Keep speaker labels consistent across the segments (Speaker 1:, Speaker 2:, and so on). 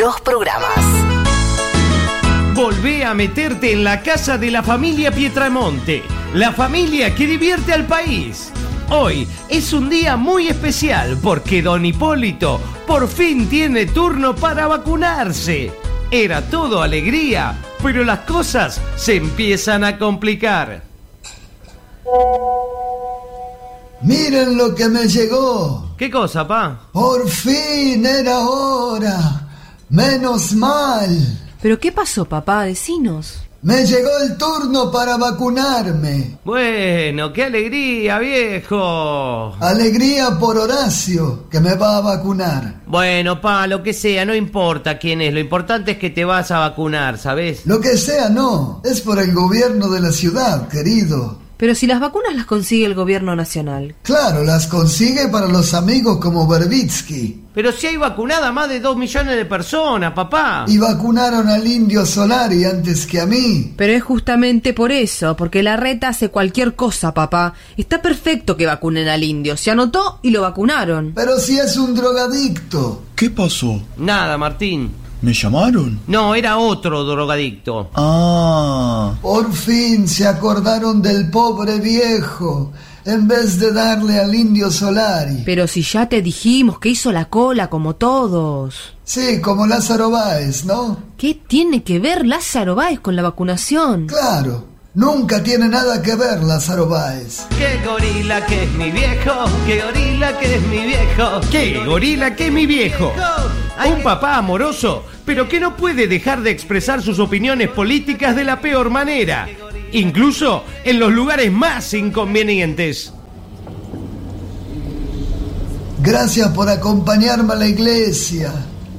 Speaker 1: los programas.
Speaker 2: Volvé a meterte en la casa de la familia Pietramonte, la familia que divierte al país. Hoy es un día muy especial porque don Hipólito por fin tiene turno para vacunarse. Era todo alegría, pero las cosas se empiezan a complicar.
Speaker 3: Miren lo que me llegó.
Speaker 2: ¿Qué cosa, pa?
Speaker 3: Por fin era hora. Menos mal.
Speaker 4: ¿Pero qué pasó, papá? Decinos.
Speaker 3: Me llegó el turno para vacunarme.
Speaker 2: Bueno, qué alegría, viejo.
Speaker 3: Alegría por Horacio, que me va a vacunar.
Speaker 2: Bueno, pa, lo que sea, no importa quién es, lo importante es que te vas a vacunar, ¿sabes?
Speaker 3: Lo que sea, no. Es por el gobierno de la ciudad, querido.
Speaker 4: Pero si las vacunas las consigue el gobierno nacional.
Speaker 3: Claro, las consigue para los amigos como Berbitsky.
Speaker 2: Pero si hay vacunada más de dos millones de personas, papá.
Speaker 3: Y vacunaron al indio Solari antes que a mí.
Speaker 4: Pero es justamente por eso, porque la reta hace cualquier cosa, papá. Está perfecto que vacunen al indio. Se anotó y lo vacunaron.
Speaker 3: Pero si es un drogadicto.
Speaker 5: ¿Qué pasó?
Speaker 2: Nada, Martín.
Speaker 5: ¿Me llamaron?
Speaker 2: No, era otro drogadicto.
Speaker 5: Ah,
Speaker 3: Por fin se acordaron del pobre viejo, en vez de darle al indio Solari.
Speaker 4: Pero si ya te dijimos que hizo la cola como todos.
Speaker 3: Sí, como Lázaro Báez, ¿no?
Speaker 4: ¿Qué tiene que ver Lázaro Báez con la vacunación?
Speaker 3: Claro, nunca tiene nada que ver Lázaro Báez.
Speaker 2: ¡Qué gorila que es mi viejo! ¡Qué gorila que es mi viejo! ¡Qué gorila que es mi viejo! Un papá amoroso, pero que no puede dejar de expresar sus opiniones políticas de la peor manera, incluso en los lugares más inconvenientes.
Speaker 3: Gracias por acompañarme a la iglesia.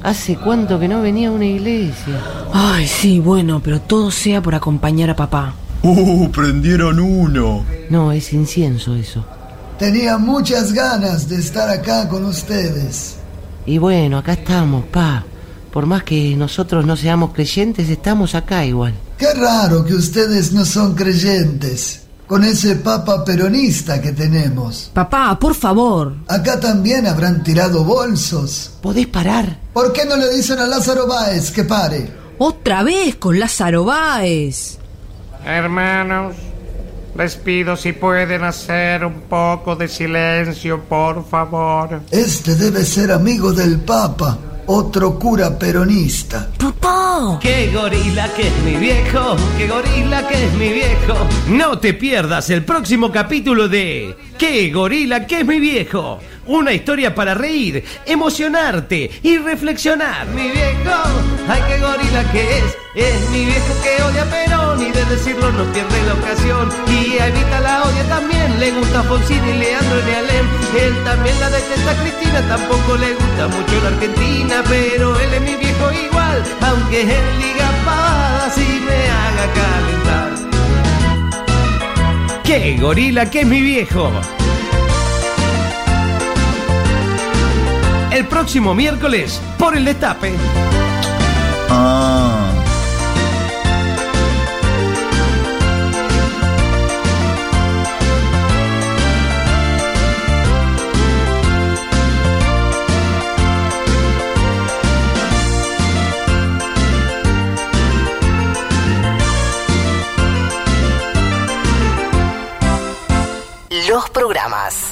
Speaker 2: ¿Hace cuánto que no venía a una iglesia?
Speaker 4: Ay, sí, bueno, pero todo sea por acompañar a papá.
Speaker 5: uh, prendieron uno.
Speaker 2: No, es incienso eso.
Speaker 3: Tenía muchas ganas de estar acá con ustedes.
Speaker 2: Y bueno, acá estamos, pa. Por más que nosotros no seamos creyentes, estamos acá igual.
Speaker 3: Qué raro que ustedes no son creyentes, con ese papa peronista que tenemos.
Speaker 4: Papá, por favor.
Speaker 3: Acá también habrán tirado bolsos.
Speaker 2: ¿Podés parar?
Speaker 3: ¿Por qué no le dicen a Lázaro Báez que pare?
Speaker 4: Otra vez con Lázaro Báez.
Speaker 6: Hermanos, les pido si pueden hacer un poco de silencio, por favor.
Speaker 3: Este debe ser amigo del Papa, otro cura peronista.
Speaker 4: Papá.
Speaker 2: ¡Qué gorila que es mi viejo! ¡Qué gorila que es mi viejo! No te pierdas el próximo capítulo de ¡Qué gorila que es mi viejo! Una historia para reír, emocionarte y reflexionar. Mi viejo, ay qué gorila que es, es mi viejo que odia a Perón y de decirlo no pierde la ocasión. Y a Evita la odia también, le gusta Fonsín y Leandro y Alem. Él también la detesta a Cristina, tampoco le gusta mucho la Argentina, pero él es mi viejo igual, aunque él diga pavadas y me haga calentar. ¡Qué gorila que es mi viejo! El próximo miércoles, por el destape.
Speaker 5: Ah.
Speaker 1: Los programas.